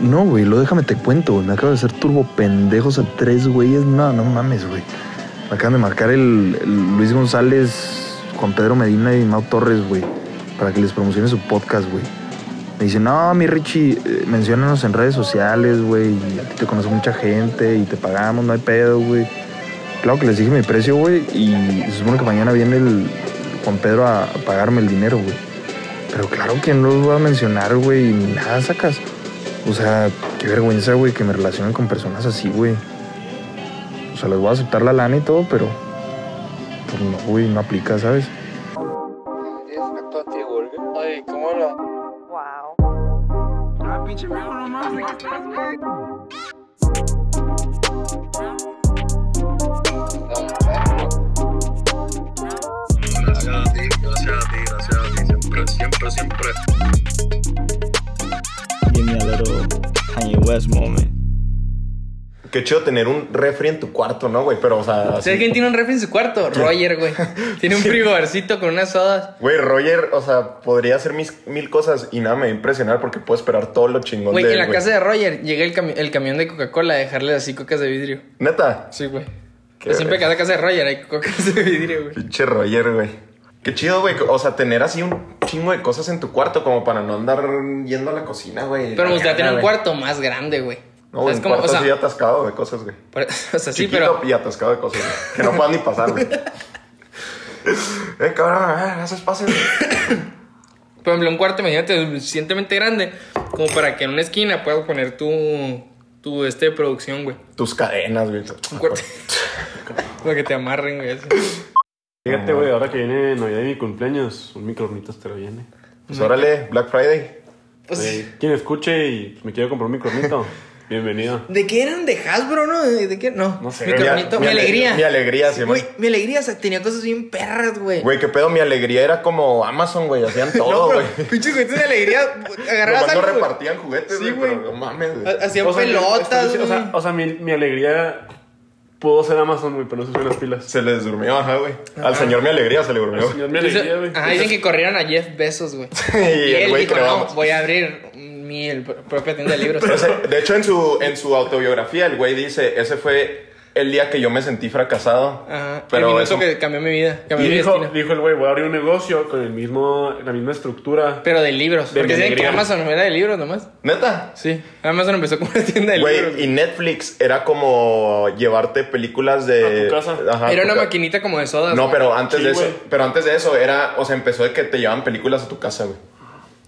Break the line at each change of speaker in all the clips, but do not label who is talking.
No, güey, lo déjame te cuento, güey. Me acabo de hacer turbo pendejos a tres güeyes. No, no mames, güey. Me acaban de marcar el, el Luis González, Juan Pedro Medina y Mau Torres, güey. Para que les promocione su podcast, güey. Me dicen, no, mi Richie, eh, menciónanos en redes sociales, güey. y a ti te conoce mucha gente y te pagamos, no hay pedo, güey. Claro que les dije mi precio, güey. Y se supone que mañana viene el Juan Pedro a, a pagarme el dinero, güey. Pero claro que no los voy a mencionar, güey. y Ni nada sacas. O sea, qué vergüenza, güey, que me relacionen con personas así, güey. O sea, les voy a aceptar la lana y todo, pero. Pues no, güey, no aplica, ¿sabes?
Ay, ¿cómo era?
Wow.
Gracias a ti, gracias a ti, gracias a ti, siempre, siempre, siempre.
Give me a little Kanye West moment.
Qué chido tener un refri en tu cuarto, ¿no, güey? Pero, o sea.
¿Sabes quién tiene un refri en su cuarto? Roger, güey. Tiene un frigobarcito con unas sodas.
Güey, Roger, o sea, podría hacer mis mil cosas y nada me va a impresionar porque puedo esperar todo lo chingón
Güey,
de
en
él,
la
güey.
casa de Roger llega el, cami- el camión de Coca-Cola a dejarle así cocas de vidrio.
Neta.
Sí, güey.
Qué
Yo Siempre
verga.
que la casa de Roger hay cocas de vidrio, güey.
Pinche Roger, güey. Qué chido, güey. O sea, tener así un chingo de cosas en tu cuarto como para no andar yendo a la cocina, güey.
Pero me
La
gustaría tener
verga,
un
güey.
cuarto más grande, güey.
No, güey,
¿Sabes
un
cómo?
cuarto
o sea,
así atascado de cosas, güey.
por- o sea, sí,
Chiquito
pero
y atascado de cosas, güey. Que no puedan ni pasar, güey. Eh, cabrón, a ver, haz espacio.
Por ejemplo, un cuarto, imagínate, suficientemente grande como para que en una esquina puedas poner tu, tu este, de producción, güey.
Tus cadenas, güey.
Un cuarto. para que te amarren, güey. así.
Fíjate, güey, ahora que viene Navidad y mi cumpleaños, un microornitas te lo viene.
Pues órale, Black Friday.
Pues,
Güey, quien escuche y me quiero comprar un microornito, bienvenido.
¿De qué eran? ¿De Hasbro, no? ¿De de qué? No.
No sé.
Mi,
Mi-
carnito- mi
ale-
alegría.
Mi alegría, sí,
Güey,
güey.
mi alegría, o sea, tenía cosas bien perras, güey.
Güey, qué pedo, mi alegría era como Amazon, güey. Hacían todo, güey.
Pinche juguetes de alegría. Agarrabas
Nomás no
algo. güey.
repartían juguetes,
Sí,
güey. pero
güey.
no mames, güey.
Ha- Hacían
O sea,
pelotas,
estoy
güey.
diciendo- O sea, o sea, mi, mi alegría pudo ser Amazon, güey, pero no se suben las pilas.
Se les durmió, ajá, güey. Al señor mi alegría se le durmió.
Señor, mi alegría, güey.
Ajá, dicen que corrieron a Jeff Bezos, güey.
Y
Y
el
él
güey
dijo,
creó.
no, voy a abrir mi el pr- propia tienda de libros.
O sea, de hecho, en su, en su autobiografía, el güey dice: Ese fue el día que yo me sentí fracasado.
Ajá, el
pero
minuto
eso,
que cambió mi vida, cambió
Y
mi
dijo,
destino.
dijo el güey, voy a abrir un negocio con el mismo, la misma estructura.
Pero de libros,
De
porque
mi
dicen que
alegría.
Amazon era de libros nomás.
neta.
Sí, Amazon empezó como una tienda de libros.
Güey, y Netflix era como llevarte películas de.
A tu casa.
Ajá,
Era
tu
una
ca-
maquinita como de sodas.
No,
güey.
pero antes
Sí,
de eso.
güey.
Pero antes de eso era. O sea, empezó de que te llevaban películas a tu casa, güey.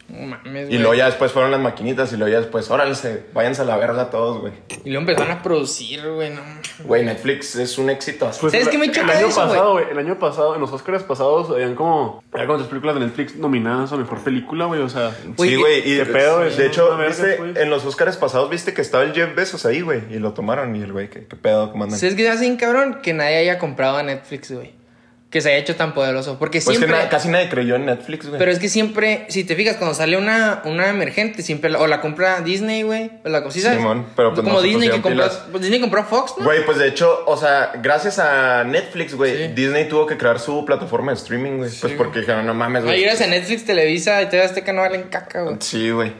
No mames,
Y
Pues, güey.
luego ya después fueron las maquinitas y luego ya después, órale, se- váyanse a la verga todos, güey.
Y luego empezaron a producir, güey, no mames.
Güey, Netflix es un éxito así.
Pues
¿Sabes
el-
qué me choca
El año
eso, güey?
pasado, güey, el año pasado, en los Oscars pasados, habían como, había como tres películas de Netflix nominadas a mejor película, güey, o sea.
sí,
Güey,
güey. Y
qué pedo, güey.
de hecho,
Una verga,
viste,
pues.
en los Oscars pasados, viste que estaba el Jeff Bezos ahí, güey. Y lo tomaron y el güey, ¿qué, qué pedo, comandante?
¿Sabes qué se hace bien cabrón? Que nadie haya comprado a Netflix, güey. Que se haya hecho tan poderoso. Porque
pues
siempre...
que na- casi nadie creyó en Netflix, güey.
Pero es que siempre, si te fijas, cuando sale una, una emergente, siempre la- o la compra Disney, güey, o la cosita.
Simón, pero pues no
como
se
Disney que
pusieron
compró,
pilas.
pues Disney compró Fox, ¿no?
Güey, pues de hecho, o sea, gracias a Netflix, güey,
Sí.
Disney tuvo que crear su plataforma de streaming, güey. pues porque dijeron, no mames,
Ahí
güey.
gracias a Netflix, Televisa y TV Azteca no valen caca, güey.
Sí, güey.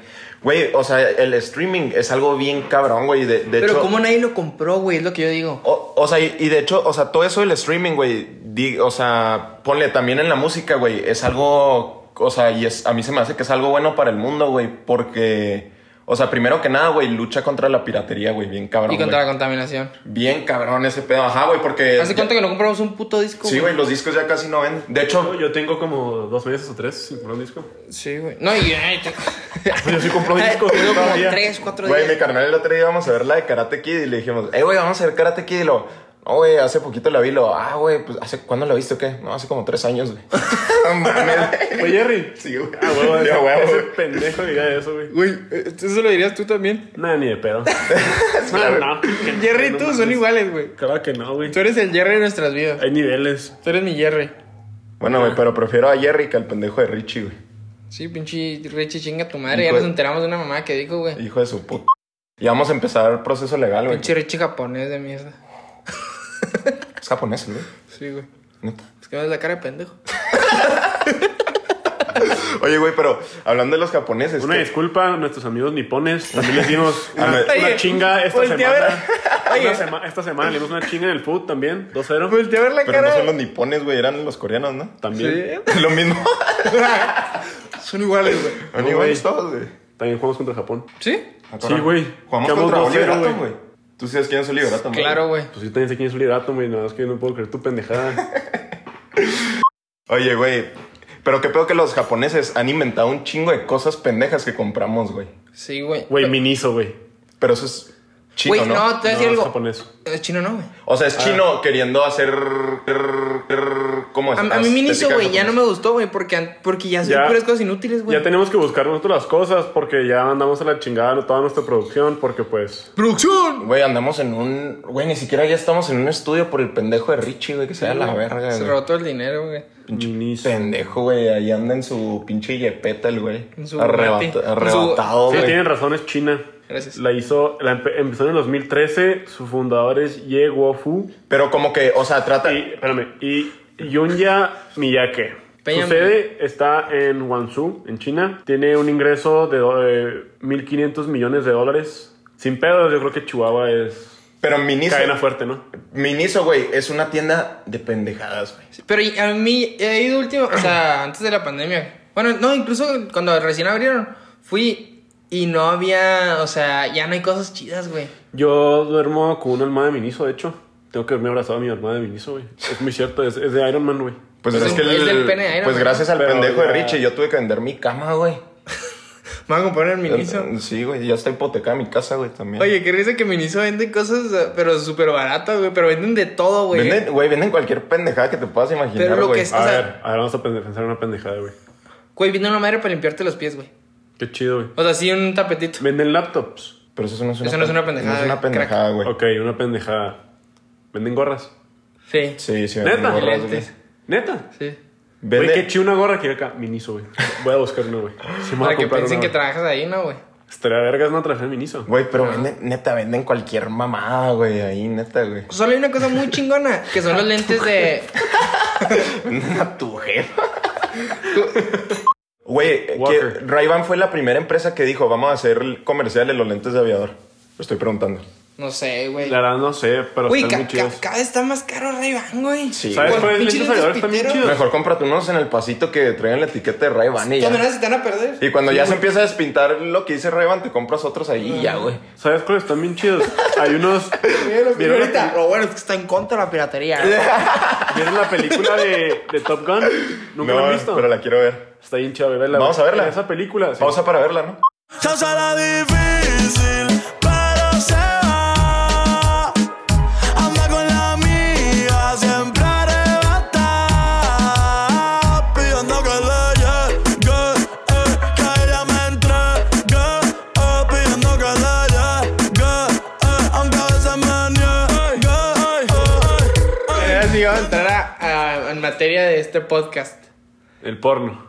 Güey, o sea, el streaming es algo bien cabrón, güey. De, de
Pero
hecho, Oh,
cómo nadie lo compró, güey, es lo que yo digo.
O, o sea, y, y de hecho, o sea, todo eso del streaming, güey, di- o sea, ponle también en la música, güey, es algo, o sea, y es, a mí se me hace que es algo bueno para el mundo, güey, porque, o sea, primero que nada, güey, lucha contra la piratería, güey, bien cabrón.
y contra
güey.
la contaminación.
Bien cabrón ese pedo, ajá, güey, porque...
¿Hace cuánto que no compramos un puto disco?
Sí, güey, los discos ya casi no ven. De hecho,
Yo tengo como dos meses o tres sin comprar un disco.
Sí, güey. No, y ay, te-
Yo sí compro discos
Tengo como
todavía.
tres, cuatro
güey, mi
días.
carnal el otro día íbamos a ver la de Karate Kid y le dijimos, eh, güey, vamos a ver Karate Kid y lo... No, güey, hace poquito la vi, lo... Ah, güey, pues, ¿hace cuándo la viste o qué? No, hace como tres años, güey. no mames, güey.
Oye, Jerry.
Sí, güey.
Ah, huevo,
De
ese,
a huevo,
ese
güey.
pendejo diga eso, güey.
Güey, eh, eso lo dirías tú también.
Nada, ni de pedo.
claro.
no, no.
Jerry y
No
tú
mames.
son iguales, güey.
Claro que no, güey.
Tú eres el Jerry de nuestras vidas.
Hay niveles.
Tú eres mi Jerry.
Bueno, güey, pero prefiero a Jerry que al pendejo de Richie, güey.
Sí, pinche Richie, chinga tu madre. Ya
Hijo de-
nos enteramos de una mamá que dijo, güey.
Hijo de su puta. Y vamos a empezar el proceso legal, güey.
Pinche Richie japonés de mierda.
Es japonés, güey.
Sí, güey.
Neta.
Es que me ves la cara de pendejo.
Oye, güey, pero hablando de los japoneses.
Una
que-
disculpa a nuestros amigos nipones. También les dimos una,
Este- ver.
una
Oye,
chinga esta
voltea a ver.
semana.
Oye.
Una sema- esta semana le dimos una chinga en el food también. 2-0.
Voltea a ver la
Pero no
cara.
son los nipones, güey, eran los coreanos, ¿no?
También.
Lo mismo.
Son iguales, güey.
Son
No,
iguales
güey.
todos, güey. Ah,
También jugamos contra Japón.
¿Sí?
Sí, güey.
Jugamos
Quedamos
contra un
2-0,
Liberato,
güey.
güey. Tú sabes quién es un Liberato, güey.
Claro, güey.
Pues yo también sé quién es Liberato, güey. Nada más que yo no puedo creer tu pendejada.
Oye, güey. Pero qué pedo que los japoneses han inventado un chingo de cosas pendejas que compramos, güey.
Sí, güey.
Güey, Miniso, güey.
Pero eso es chino,
Güey,
¿no?
no, te voy a decir
No, es
algo.
japonés.
Es chino, no, güey.
O sea, es
Ah.
chino queriendo hacer... ¿Cómo es?
A, a mí Miniso,
Estética
güey, ya no
japonesa.
me gustó, güey, porque, an- porque ya son
Ya.
puras cosas inútiles, güey.
Ya tenemos que buscar nosotros las cosas porque ya andamos a la chingada toda nuestra producción porque pues...
¡Producción!
Güey, andamos en un... Güey, ni siquiera ya estamos en un estudio por el pendejo de Richie, güey, que se da la verga,
Se
güey.
robó todo el dinero, güey.
Miniso.
Pendejo, güey, ahí anda en su pinche yepeta el güey.
En su
Arrebata-
Bugatti. En su-
arrebatado,
Sí,
güey.
tienen razón, es China.
Gracias.
La hizo, la empe- empezó en el 2013, su fundador es Ye Guofu
Pero como que, o sea, trata...
y, espérame, y Yunya Miyake.
Peña
su sede está en Guangzhou, en China. Tiene un ingreso de do- eh, 1.500 millones de dólares. Sin pedos, yo creo que Chihuahua es
Pero Miniso...
cadena fuerte, ¿no?
Miniso, güey, es una tienda de pendejadas, güey.
Pero y- a mí he ido último, o sea, antes de la pandemia. Bueno, no, incluso cuando recién abrieron, fui y no había, o sea, ya no hay cosas chidas, güey.
Yo duermo con una almohada de Miniso, de hecho. Tengo que dormir abrazado a mi almohada de Miniso, güey. Es muy cierto, es, es de Iron Man, güey.
Pues
Es
es,
un-
que el,
es del pene de Iron
Pues
Man.
gracias al
Pero
pendejo de
ya-
Richie, yo tuve que vender mi cama, güey.
Me van a comprar el Miniso.
Sí, güey, ya está hipotecada mi casa, güey, también.
Oye, qué risa que Miniso vende cosas, eh, pero súper baratas, güey. Pero venden de todo, güey.
Venden, güey, venden cualquier pendejada que te puedas imaginar,
Pues, Pero lo
güey. Ah,
que es-
A
o sea-
ver, a ver, vamos a pende- pensar en una pendejada, güey.
Güey, venden una madre para limpiarte los pies, güey.
Qué chido, güey.
O sea, sí, un tapetito.
Venden laptops.
Pero eso no es una,
Eso no es una
pen- no
pendejada,
es una
crack.
pendejada, güey.
Ok, una pendejada. Venden gorras.
Sí.
Sí, sí,
¿Neta?
venden gorras, güey.
Lentes.
Neta.
Sí.
Güey, qué
Venden-
chido una gorra que acá. Miniso, güey. Voy a buscar una, güey. Sí, me voy
Para
a
que
comprar
piensen
una,
que
güey.
trabajas ahí, ¿no, güey?
Estaría vergas no traje Miniso.
Güey, pero venden, neta, venden cualquier mamada, güey, ahí, neta, güey.
Solo hay una cosa muy chingona, que son los lentes de...
Venden a tu jefa. Güey, eh, que
Walker.
Ray-Ban fue la primera empresa que dijo, vamos a hacer comercial de los lentes de aviador. Lo estoy preguntando.
No sé, güey.
La verdad no sé, pero
Güey,
están
ca- ca-
muy chidos.
cada vez está más caro Ray-Ban, güey.
Sí.
¿Sabes
Con
cuáles
pinches
lentes aviadores están bien
piteros.
chidos?
Mejor cómprate unos en el pasito que traigan la etiqueta de Ray-Ban y
De
ya.
todas maneras se te van a perder.
Y cuando ya se empieza a despintar lo que dice Ray-Ban, te compras otros ahí y ya, güey.
¿Sabes cuáles están bien chidos? Hay unos... ¿Vieron la
ahorita, lo bueno es que está en contra de la piratería.
¿Vieron la película de, de Top Gun? ¿Nunca
No,
la han visto?
pero la quiero ver.
Está bien chida, verla.
Vamos
güey.
a verla.
Esa película. sí.
Pausa para verla, ¿no?
Ahora sí vamos a entrar a- a- en materia de este podcast.
El porno.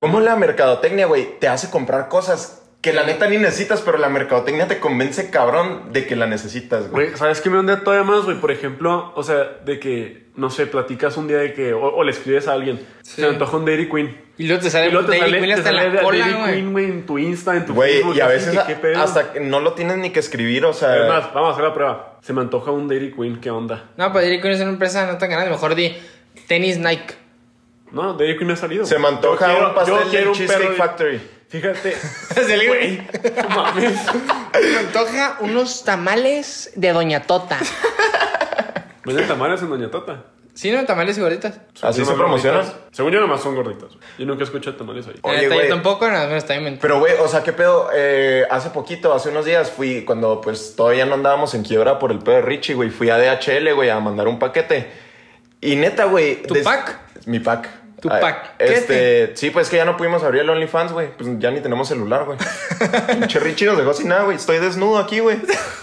¿Cómo la mercadotecnia, güey, te hace comprar cosas que la neta ni necesitas, pero la mercadotecnia te convence, cabrón, de que la necesitas, güey?
Güey, ¿sabes qué me onda todavía más, güey? Por ejemplo, o sea, de que, no sé, platicas un día de que, o, o le escribes a alguien, se me antoja un Dairy Queen.
Y luego te
Y
sale
luego te
Daily
sale,
Queen
te
hasta
sale
la cola,
Dairy
güey.
Queen, güey, en tu Insta, en tu
Güey,
Facebook.
y a
así
veces
que, ¿qué pedo?
hasta que no lo tienes ni que escribir, o sea...
Es más, vamos a hacer la prueba. Se me antoja un Dairy Queen, ¿qué onda?
No, pero Dairy Queen es una empresa no tan grande. Mejor di tenis Nike.
No, Dairy Queen me ha salido.
Se me
güey.
antoja
Yo
un
quiero-
pastel
yo
del
quiero un
Cheesecake
perro de-
Factory.
Fíjate.
Se le-
No mames.
Me antoja unos tamales de Doña Tota.
Venden tamales en Doña Tota.
¿Sí, no? Tamales y gorditas.
¿Así se
Según yo,
promocionan?
gorditas. Según yo, nomás son gorditas. güey. Yo nunca escucho tamales ahí.
Oye,
La neta,
güey.
yo Eh, tampoco, nada más me está inventando.
Pero, güey, o sea, ¿qué pedo? Eh, hace poquito, hace unos días, fui cuando pues todavía no andábamos en quiebra por el pedo de Richie, güey. Fui a DHL, güey, a mandar un paquete. Y neta, güey.
¿Tu
des-
pack?
Mi pack.
¿Tu
Ah,
pack?
Este, sí, pues es que ya no pudimos abrir el OnlyFans, güey. Pues ya ni tenemos celular, güey. Pinche Richie nos dejó sin nada, güey. Estoy desnudo aquí, güey.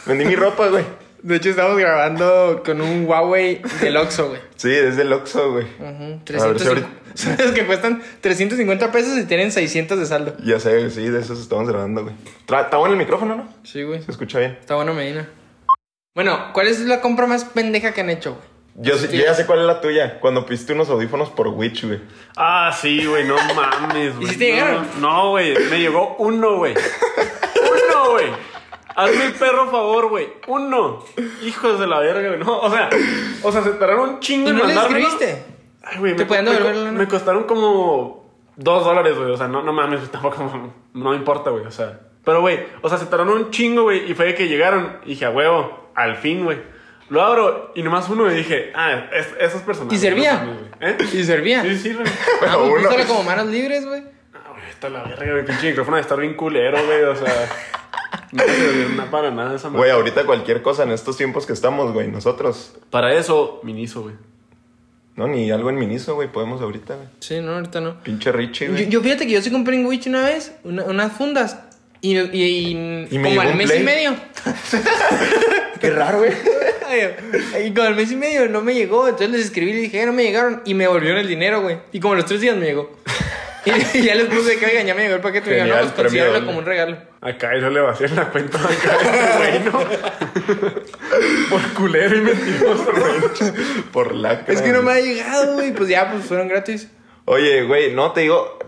Vendí mi ropa, güey.
De hecho, estamos grabando con un Huawei del Oxxo, güey.
Sí, desde el Oxxo, güey.
Ujú,
A ver si
350 Son los que cuestan 350 pesos y tienen 600 de saldo.
Ya sé, sí, de eso estamos grabando, güey. Tra- ¿Está bueno el micrófono, no?
Sí, güey.
Se escucha bien.
Está bueno, Medina. Bueno, ¿cuál es la compra más pendeja que han hecho, güey?
Yo, sé- yo ya sé cuál es la tuya. Cuando pediste unos audífonos por Witch, güey.
Ah, sí, güey, no mames, güey.
¿Y si te
No,
llegaron?
No, güey, me llegó uno, güey. Uno, güey. Hazme el perro favor, güey. Uno. Hijos de la verga, güey. No, o sea, o sea, se tardaron un chingo
¿Y
en
no le
mandármelo.
escribiste?
Ay, güey,
¿Te
me,
podían
me-
devolver la
me,
lana?
costaron como dos dólares, güey. O sea, no, no mames, tampoco, no me importa, güey. O sea, pero, güey, o sea, se tardaron un chingo, güey. Y fue de que llegaron. Y dije, a huevo, al fin, güey. Lo abro y nomás uno y dije, ah, es, esos personajes.
¿Y servía?
no mames, güey. ¿Eh?
¿Y servía?
Sí, sí, güey.
Ah,
Uno.
pues úsala como manos libres, güey.
Ah, güey, está la verga, güey. Pinche micrófono de estar bien culero, güey. O sea, no se no para nada esa
Güey,
madre.
ahorita cualquier cosa en estos tiempos que estamos, güey, nosotros.
Para eso, Miniso, güey.
No, ni algo en Miniso, güey, podemos ahorita, güey.
Sí, no, ahorita no.
Pinche Richie,
Yo,
güey.
yo fíjate que yo sí compré en Witch una vez, una- unas fundas. Y, y,
Y me
como
llegó
al
un
mes
Play.
y medio.
Qué raro, güey.
Ay, Y como al mes y medio no me llegó. Entonces les escribí y les dije, "Eh, no me llegaron. Y me volvieron el dinero, güey. Y como a los tres días me llegó. Y, y ya les puse que, oigan, ya me llegó el paquete. Me dijeron,
Genial,
no, pues considéralo
premio
como un regalo.
Acá yo le vacié la cuenta acá este güey, ¿no? Por culero y mentiroso, güey.
Por la
Es que no me ha llegado, güey. Pues ya, pues fueron gratis.
Oye, güey, no te digo.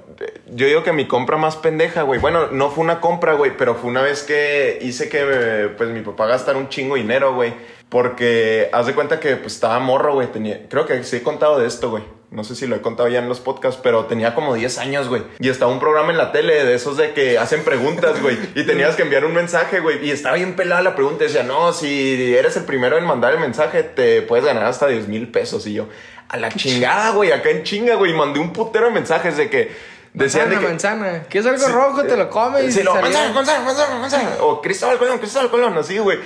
Yo digo que mi compra más pendeja, güey. Bueno, no fue una compra, güey, pero fue una vez que hice que eh, pues mi papá gastara un chingo de dinero, güey. Porque haz de cuenta que pues estaba morro, güey. Tenía, creo que sí he contado de esto, güey. No sé si lo he contado ya en los podcasts, pero tenía como 10 años, güey. Y estaba un programa en la tele de esos de que hacen preguntas, güey. Y tenías que enviar un mensaje, güey. Y estaba bien pelada la pregunta. Decía, no, si eres el primero en mandar el mensaje, te puedes ganar hasta 10 mil pesos. Y yo, a la chingada, güey, acá en chinga, güey. Mandé un putero de mensajes de que. Decían
Manzana,
de que.
manzana. Que es algo rojo, te lo comes. y
Sí, no,
salía.
manzana, manzana, manzana, manzana. O Cristóbal Colón, Cristóbal Colón, así, güey.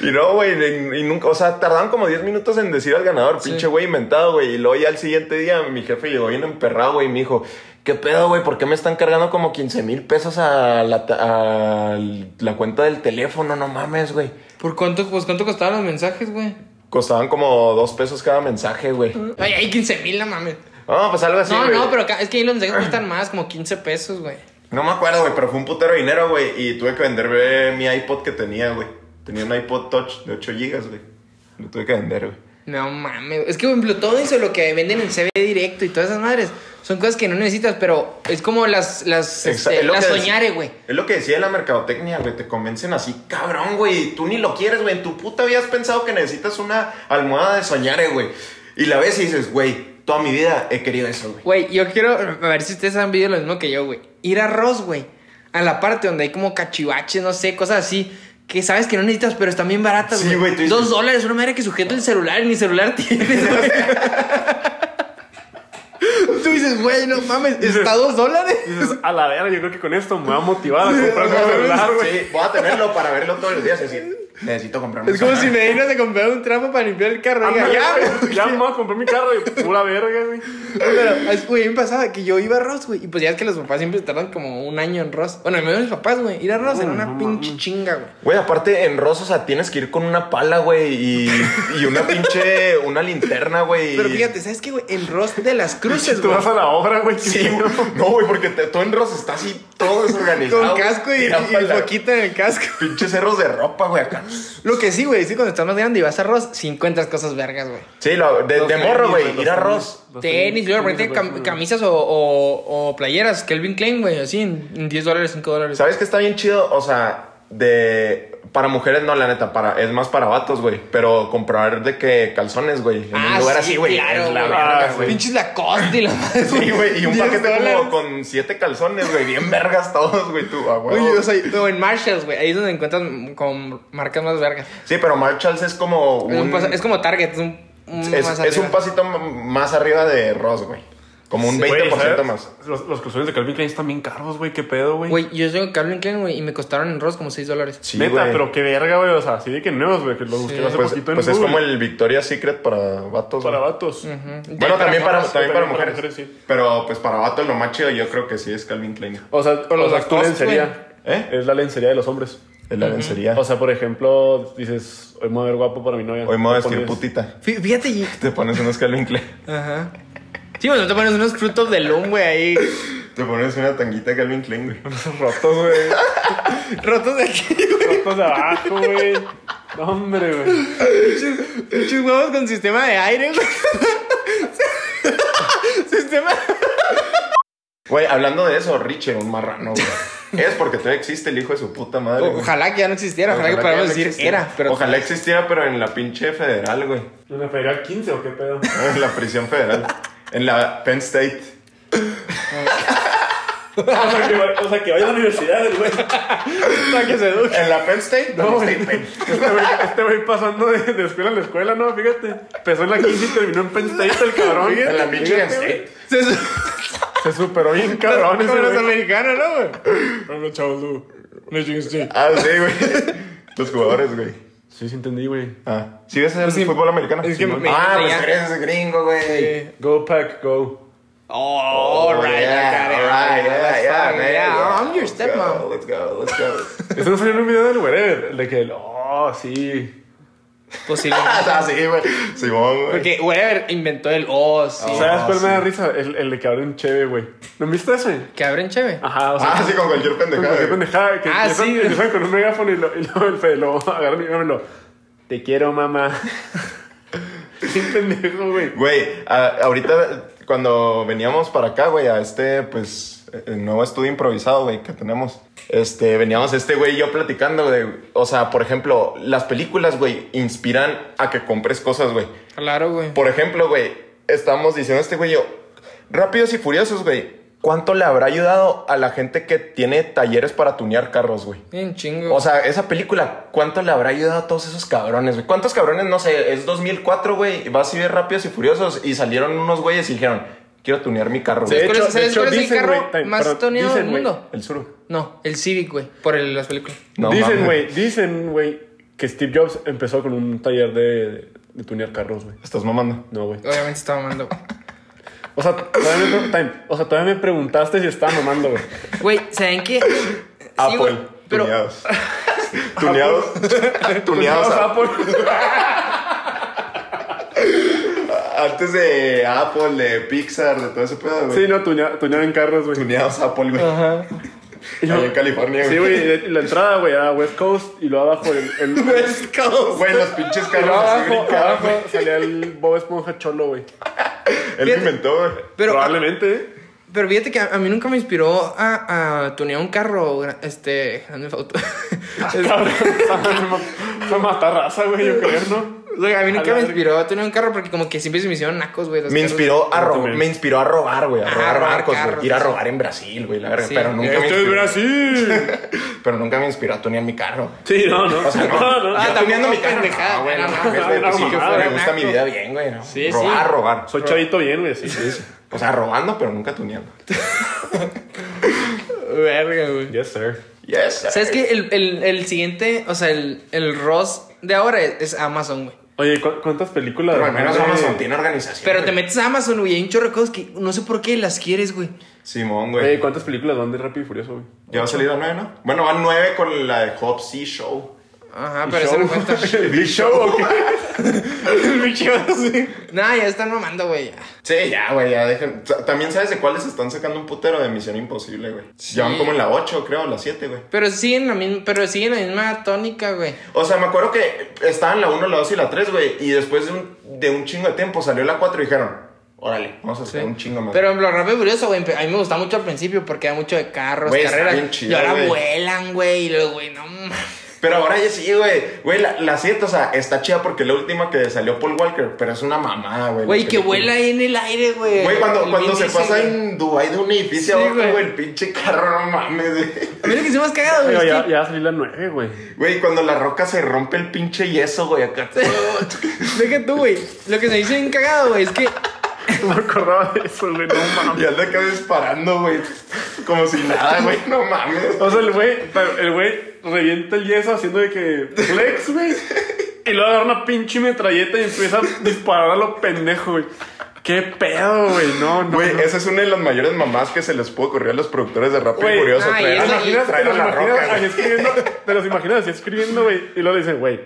Y no, güey, de- y nunca, o sea, tardaron como 10 minutos en decir al ganador, pinche güey inventado, güey. Y luego ya al siguiente día mi jefe llegó bien emperrado, güey, y me dijo, ¿qué pedo, güey? ¿Por qué me están cargando como 15 mil pesos a la, ta- a la cuenta del teléfono? No mames, güey.
¿Por cuánto, pues, cuánto costaban los mensajes, güey?
Costaban como dos pesos cada mensaje, güey.
Ay, ay, 15 mil, no mames.
No, pues algo así,
no,
güey.
no, pero acá- es que ahí los mensajes cuestan más, como 15 pesos, güey.
No me acuerdo, güey, pero fue un putero de dinero, güey. Y tuve que vender eh, mi iPod que tenía, güey. Tenía un iPod Touch de 8 GB, güey. Lo tuve que vender, güey.
No mames. Es que, por ejemplo, todo eso, lo que venden en CB directo y todas esas madres, son cosas que no necesitas, pero es como las, las,
Exa-
este,
es lo
las
que dec-
soñare, güey.
Es lo que decía la mercadotecnia, güey. Te convencen así, cabrón, güey. Tú ni lo quieres, güey. En tu puta habías pensado que necesitas una almohada de soñare, güey. Y la ves y dices, güey, toda mi vida he querido eso, güey.
Güey, yo quiero, a ver si ustedes han vivido lo mismo que yo, güey. Ir a Ross, güey. A la parte donde hay como cachivaches, no sé, cosas así. Que sabes que no necesitas, pero están bien baratas,
Sí, güey, tú dices-
Dos dólares, una madre que sujeta el celular, ni celular tienes, güey. Tú dices, güey, no mames, ¿está a dos dólares?
Y dices, a la verga, yo creo que con esto me va a motivar a comprar un celular, güey.
Sí, voy a tenerlo para verlo todos los días. y decir, necesito comprarme
Es como
un
si
soñare.
me dieran a comprar un trapo para limpiar el carro. Diga,
Ándale,
ya, güey.
güey, Ya me voy a comprar mi carro y pura verga, güey.
Pero, es- güey, me pasaba que yo iba a Ross, güey. Y pues ya es que los papás siempre tardan como un año en Ross. Bueno, me mis papás, güey. Ir a Ross era una pinche chinga, güey.
Güey, aparte en Ross, o sea, tienes que ir con una pala, güey, y, y una pinche, una linterna, güey.
Pero fíjate, ¿sabes qué, güey? En Ross de las Cruces,
Tú
güey.
vas a la obra, güey.
Sí, güey. no, güey, porque te- todo en Ross está así, todo desorganizado.
Con casco y,
Mira,
y
pala.
foquita en el casco.
Pinches cerros de ropa, güey, acá.
Lo que sí, güey, es que cuando estás más grande y vas a Ross, sí encuentras cosas vergas, güey.
Sí, lo- de,
Los
de
tenis,
morro,
güey,
güey,
los
ir a
tenis.
Ross.
Los
Tenis,
tenis,
luego de repente
tenis,
cam-
güey.
camisas o, o, o playeras, Kelvin Klein, güey, así en, en 10 dólares, 5 dólares.
¿Sabes qué está bien chido? O sea, de. Para mujeres no, la neta, para, es más para vatos, güey. Pero comprar de que calzones, güey. En
Ah,
un lugar así, güey. es la verga, güey.
Pinches Lacoste y la madre.
Sí, güey, y un
10
paquete
dólares.
como con siete calzones, güey, bien vergas todos, güey, tú, ah, güey.
Oye, o sea, o en Marshalls, güey, ahí es donde encuentras con marcas más vergas.
Sí, pero Marshalls es como
Es, un
un...
pasa- es como Target, es un, un
es-
más
es un
arriba.
pasito m- más arriba de Ross, güey. Como un 20% más.
Los, los calzones de Calvin Klein están bien caros, güey. ¿Qué pedo, güey?
Güey, yo tengo Calvin Klein, güey, y me costaron en Ross como 6 dólares.
Sí,
Neta,
güey.
pero qué verga, güey. O sea, así de que nuevos, güey. Que los busqué hace
Pues,
poquito en
pues es
Google.
como el Victoria's Secret para vatos.
Para
güey.
vatos.
Bueno, también, para,
morras.
también
sí,
para
también
mujeres.
para mujeres, sí.
Pero pues para vatos lo más chido yo creo que sí es Calvin Klein.
O sea, o
los
sea, tu
Lacoste,
lencería.
güey.
Es la lencería de los hombres.
Es la vencería.
O sea, por ejemplo, dices, hoy me voy a ver guapo para mi novia.
Hoy me voy a
Te
vestir
pones-
putita.
Fí- Fíjate, y-
Te pones unos Calvin Klein.
Ajá. Sí, bueno, te pones unos frutos de loom, güey, ahí.
Te pones una tanguita Calvin Klein, güey.
Rotos, güey.
Rotos de aquí, güey.
Rotos de abajo, güey. No, hombre, güey.
Muchos huevos con sistema de aire, güey. sistema.
Güey, hablando de eso, Richard, un marrano, güey. Es porque todavía existe el hijo de su puta madre. güey.
Ojalá que ya no existiera, ojalá, que
ya
podamos
no
decir
existiera.
era, pero
Ojalá existiera, pero en la pinche federal, güey.
¿En la Federal 15 o qué pedo?
En la prisión federal. En la Penn State.
o, sea, que, o sea, que vaya a la universidad, el güey.
para que se eduque.
¿En la Penn State?
No,
Penn
güey.
State, Penn.
Este güey este güey pasando de, de escuela en la escuela, ¿no? Fíjate. Empezó en la 15 y terminó en Penn State, el cabrón.
En la pinche
Fíjate,
Penn State.
Se su-
güey. Se superó bien cabrón
Con los
ese güey.
americanos, ¿no, güey?
No, no, chavos, tú. Michigan State.
Ah, sí, güey. Los jugadores, güey.
Sí, sí entendí, güey.
Ah. ¿Sí ves el fútbol americano?
es que
Simón.
me-
ah,
me-
pues
ya.
eres gringo, güey.
Go pack, go.
Oh, all right,
yeah,
I got it.
all right, yeah,
That's
yeah,
fine,
man,
yeah, I'm your
Let's
stepmom.
go, Let's go, let's go.
Eso Este no salió en un video del whatever. El de que, el, oh, sí.
Posible.
Ah, sí, güey. Simón, güey.
Porque Weber inventó el oh, sí.
¿Sabes cuál
sí.
me da risa? El, el de que abre un cheve, güey. ¿No viste ese?
Que abren cheve.
Ajá, o sea.
Ah, sí, con cualquier pendejada.
Qué
güey.
pendejada, que
Ah,
empiezan,
sí.
empiezan con un megáfono y, lo, y luego el Fede lo agarran y lo Te quiero, mamá. Qué pendejo, güey.
Güey, a- ahorita cuando veníamos para acá, güey, a este, pues, el nuevo estudio improvisado, güey, que tenemos. Este, veníamos este güey y yo platicando, güey. O sea, por ejemplo, las películas, güey, inspiran a que compres cosas, güey.
Claro, güey.
Por ejemplo, güey, estábamos diciendo este güey y yo, Rápidos y Furiosos, güey, ¿cuánto le habrá ayudado a la gente que tiene talleres para tunear carros, güey?
Bien chingo.
O sea, esa película, ¿cuánto le habrá ayudado a todos esos cabrones, güey? ¿Cuántos cabrones? No sé, es 2004, güey. y Vas y ves Rápidos y Furiosos y salieron unos güeyes y dijeron, quiero tunear mi carro,
De
güey.
¿cuál es-
hecho-
sabes
de hecho,
cuál es el
dicen,
carro
güey, también-
más
perdón,
toneado del
dicen, güey,
mundo?
El sur.
no, el Civic, güey, por el- las películas.
No,
dicen,
mames.
güey, dicen, güey, que Steve Jobs empezó con un taller de, de, tunear carros, güey.
Estás mamando.
No, güey.
Obviamente estaba mamando. güey.
O sea, todavía me, pre- time, o sea, todavía me preguntaste si estaba mamando, güey.
Güey, ¿saben qué? Sí,
Apple.
güey, pero
Tuneados. tuneados. tuneados. a-
Apple.
Antes de Apple, de Pixar, de todo ese pedo, güey.
Sí, no, tunear, tunear en carros, güey.
Tuneados Apple, güey.
Y
Ahí
yo-
en California, güey.
Sí, güey, y la- y la entrada, güey, a West Coast y luego abajo el- el,
Güey, los pinches carros
Y luego
así
abajo,
brincaban,
abajo
güey.
salía el Bob Esponja cholo, güey.
Él lo inventó, güey.
pero
Probablemente, ¿eh?
Pero fíjate que a, a mí nunca me inspiró a, a tunear un carro, gra- este, grande auto.
Ah, Cabrón, Esa matar raza, güey, yo creo, ¿no?
O sea, a mí nunca
A la
me
verga.
inspiró a tener un carro porque como que siempre se me hicieron nacos, güey. los
Me
carros.
inspiró a
Yo
robar,
también.
me inspiró a robar, güey, a
Ajá,
robar
robar
bancos,
carros,
güey, ir a
sí.
robar en Brasil, güey, la verga,
Sí.
pero nunca me
Esto es
inspiró.
Brasil.
Pero nunca me inspiró a tunear mi carro.
Sí, no, no.
O sea, no, Ah,
no, no.
yo tuneando mi
tampoco
carro,
pendejada,
no, güey, no,
Ah, no,
mames,
no,
güey,
no,
pues sí,
no,
me
no,
gusta
no.
mi vida bien, güey, no.
Sí,
robar,
sí.
robar.
Soy chavito bien, güey, sí.
O sea, robando, pero nunca tuneando.
Verga, güey.
Yes, sir.
Yes. sir.
¿Sabes qué? El, el, el siguiente, o sea, el, el Ross de ahora es, es Amazon, güey.
Oye, ¿cu- ¿cuántas películas?
Pero al menos
de-
Amazon tiene organización.
Pero te
güey.
metes a Amazon, güey, y hay un chorro de cosas que no sé por qué las quieres, güey.
Simón,
Oye,
güey.
¿cuántas películas van de Rápido y Furioso, güey?
Ya va a salir a nueve, ¿no? Bueno, van nueve con la de Hop C Show.
Ajá, Ah,
¿Y
pero eso
show?
no cuenta.
¿El Big Show o qué?
Nah, ya están mamando, güey. ya.
Sí, ya, güey, ya dejen. T- También sabes de cuáles están sacando un putero de Misión Imposible, güey. Ya van como en la ocho, creo, o la siete, güey.
Pero siguen la misma, pero siguen la misma tónica, güey.
O sea, me acuerdo que estaban la 1, la 2 y la 3, güey. Y después de un, de un chingo de tiempo salió la 4 y dijeron, órale, vamos a hacer un chingo más.
Pero en lo rápido y furioso, güey, a mí me gustaba mucho al principio porque era mucho de carros,
Güey, está
carreras.
bien chido,
y ahora
güey.
vuelan, güey, y luego, güey, no mames.
Pero ahora ya sí, güey. Güey, la, la 7, o sea, está chida porque es la última que salió Paul Walker, pero es una mamada, güey. la
Güey, que
película.
vuela ahí en el aire, güey.
Güey, cuando,
El
cuando
Vin
se
Diesel,
pasa
güey.
en Dubai de un edificio
Sí,
a otro,
güey.
güey, el pinche carro, no mames, güey.
A mí lo que sí más cagado, güey,
Oye,
es que-
Ya ya va a salir la nueve, güey.
Güey, cuando la roca se rompe el pinche yeso, güey, acá.
Deja tú, güey. Lo que se dice bien cagado, güey, es que.
No me acordaba de eso, güey, no mames.
y anda acá disparando, güey. Como si nada, güey, no mames.
O sea, el güey, el güey revienta el yeso haciendo de que flex, güey. Y luego agarra una pinche metralleta y empieza a disparar a lo pendejo, güey. Qué pedo, güey. No, no.
Güey,
no.
esa es una de las mayores mamás que se les puede ocurrir a los productores de Rápido
Güey,
y Furioso.
ay,
traer
¿Te
a
los
eso
la-
sí,
imaginas,
traer
te
a
los
la
imaginas
roca,
así
güey.
escribiendo, te los imaginas así escribiendo, güey. Y luego dicen, güey,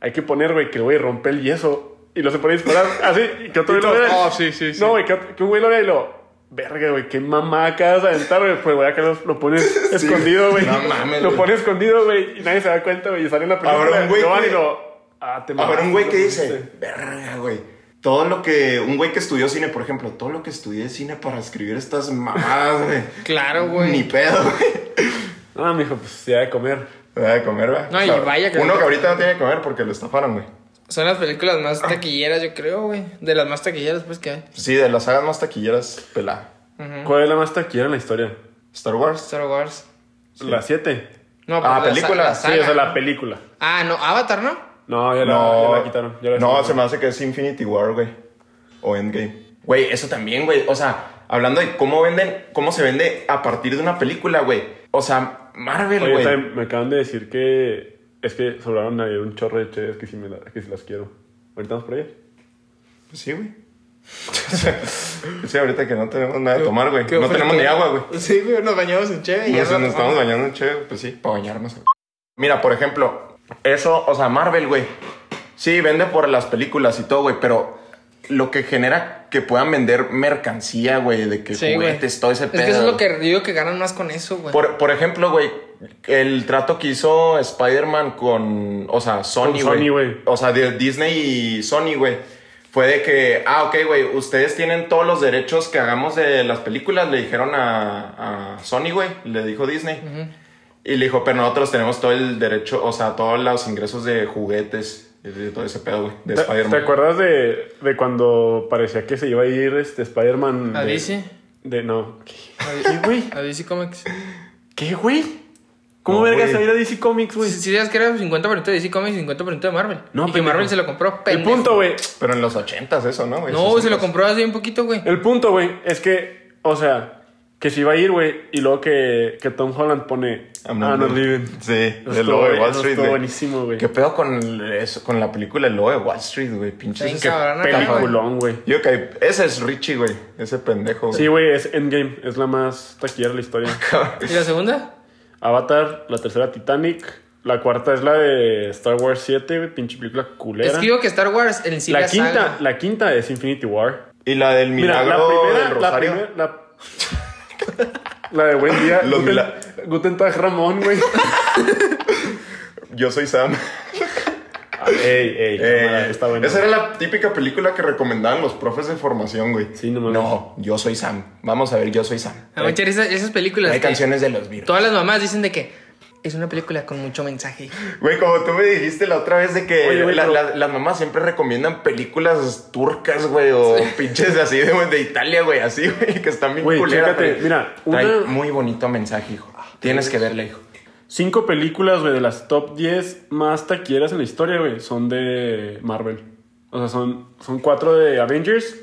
hay que poner, güey, que el güey rompe el yeso. Y lo se pone a disparar así. Y que otro
Y
güey lo
todo,
vea.
"Ah, sí, sí, sí".
No, güey, que, que un güey lo vea y lo. Verga, güey, qué mamá acabas de aventar, güey. Pues, güey, acá lo, lo pones escondido, güey.
No mames,
Lo
güey.
pones escondido, güey. Y nadie se da cuenta, güey. Y sale en la película.
Ahora un güey
lo van
que-
y lo. Ah, te
A ver,
mamaste,
un güey que
lo
dice,
hiciste.
verga, güey. Todo lo que. Un güey que estudió cine, por ejemplo, todo lo que estudié cine para escribir estas mamadas, güey.
Claro, güey.
Ni pedo, güey.
No, mijo, pues ya de comer.
Me da de comer, güey.
No, y vaya que-
Uno que ahorita no tiene que comer porque lo estafaron, güey.
Son las películas más taquilleras, yo creo, güey. De las más taquilleras, pues, que hay.
Sí, de las sagas más taquilleras, pelada.
¿Cuál es la más taquillera en la historia?
Star Wars.
Star Wars.
La 7.
No,
Ah,
pero la
película,
sa-
Sí, o
saga,
sea, la
¿no?
película.
Ah, no, Avatar, ¿no?
No, ya la, ya la quitaron. ya la
no,
quitaron.
se me hace que es Infinity War, güey. O Endgame. Güey, eso también, güey. O sea, hablando de cómo venden, cómo se vende a partir de una película, güey. O sea, Marvel,
Oye,
güey.
también me acaban de decir que es que sobraron ahí un chorro de cheves que si, me la- que si las quiero. Ahorita vamos por ellas.
Pues sí, güey. sí, ahorita que no tenemos nada de tomar, güey.
Qué
No tenemos
ofertón.
ni agua, güey.
Sí, güey, nos bañamos en cheve y
Nos,
ya
nos estamos bañando en chévere, pues sí, para bañarnos. Mira, por ejemplo, eso, o sea, Marvel, güey. Sí, vende por las películas y todo, güey, pero lo que genera que puedan vender mercancía, güey, de que
Sí, güey.
juguetes, todo ese
es
pedo.
que eso es lo
güey.
que yo digo que ganan más con eso, güey.
Por, por ejemplo, güey, el trato que hizo Spider-Man con, o sea, Sony,
Con Sony, güey.
O sea, de Disney y Sony, güey. Fue de que, ah, ok, güey, ustedes tienen todos los derechos que hagamos de las películas, le dijeron a, a Sony, güey, le dijo Disney. Y le dijo, pero nosotros tenemos todo el derecho, o sea, todos los ingresos de juguetes, y de todo ese pedo, güey, de
¿Te, te
Spider-Man.
acuerdas de, de cuando parecía que se iba a ir este Spider-Man?
¿A
de-
DC?
De, no. ¿Qué,
A-
¿Qué, güey?
A DC Comics.
¿Qué, güey? ¿Cómo
No, güey.
vergas se va a ir a DC Comics, güey?
Pues, Si sí, sabías que era 50% de DC Comics y 50% de Marvel.
No,
y que
pendejo.
Marvel se lo compró,
El
pendejo.
punto, pues, güey.
Pero en los ochentas eso, ¿no, güey?
No, se lo
60s.
compró hace un poquito, güey.
El punto, güey, es que, o sea, que se iba a ir, güey, y luego que, que Tom Holland pone
I'm not leaving. Sí,
Ah, estuvo
el lobo de
bueno,
Wall
eso
Street.
estuvo
güey.
buenísimo, güey.
¿Qué pedo con el- eso, con la película El lobo de Wall Street, güey?
Está
Pinches.
bien cabrón, acá, güey.
Peliculón, güey.
Yo que ese es Richie, güey. Ese pendejo. güey.
Sí, güey, es Endgame, es la más taquillera de la historia.
¿Y la segunda?
Avatar, la tercera Titanic, la cuarta es la de Star Wars 7, güey, pinche película culera.
Es que digo que Star Wars en sí
la
la
quinta,
saga.
la quinta es Infinity War.
Y la del
Mira,
milagro
la primera,
del
la
Rosario.
primera, la La de buen día,
Los
Guten,
mila-
Guten Tag Ramón, güey.
Yo soy Sam.
ey, ey, cámara,
Eh,
está bueno.
Esa era la típica película que recomendaban los profes de formación, güey.
Sí, no mames.
No, yo soy Sam. Vamos a ver, yo soy Sam. Eh,
A
Eh.
muchas esas, Ah, esas películas.
Hay
que
canciones de los virus.
Todas las mamás dicen de que es una película con mucho mensaje.
Güey, como tú me dijiste la otra vez de que
Oye, güey,
la-
pero-
la- las mamás siempre recomiendan películas turcas, güey, o pinches así de, de Italia, güey, así, güey, que están bien
Güey,
culeras,
chécate,
güey.
mira,
Trae
una-
muy bonito mensaje, hijo. Tienes que verla, hijo.
Cinco películas, güey, de las top 10 más taquilleras en la historia, güey, son de Marvel. O sea, son, son cuatro de Avengers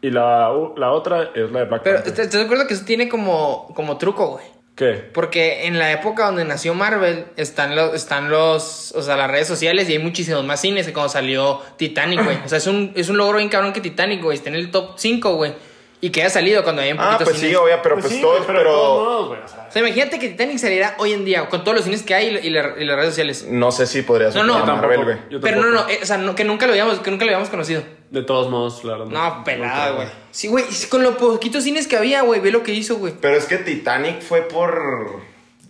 y la, la otra es la de Black
Pero, este
Panther.
¿estás de acuerdo que eso tiene como, como truco, güey?
¿Qué?
Porque en la época donde nació Marvel están los, están los, o sea, las redes sociales y hay muchísimos más cines que cuando salió Titanic, güey. O sea, es un, es un logro bien cabrón que Titanic, güey, está en el top 5, güey. Y que haya salido cuando había un
Ah,
poquito
pues sí,
cines.
obvia, pero pues,
sí,
todos,
güey,
pero,
de todos modos, güey, o sea,
o sea, imagínate que Titanic saliera hoy en día con todos los cines que hay y, la- y la- y las redes sociales.
no sé si podría ser
No, no.
para
Tampoco.
Marvel, güey.
Yo
Pero no,
tampoco.
no, eh, o sea, no- que nunca lo habíamos, que nunca lo habíamos conocido.
De todos modos, la verdad.
No, pelada, güey. Sí, güey, es con los poquitos cines que había, güey, ve lo que hizo, güey.
Pero es que Titanic fue por...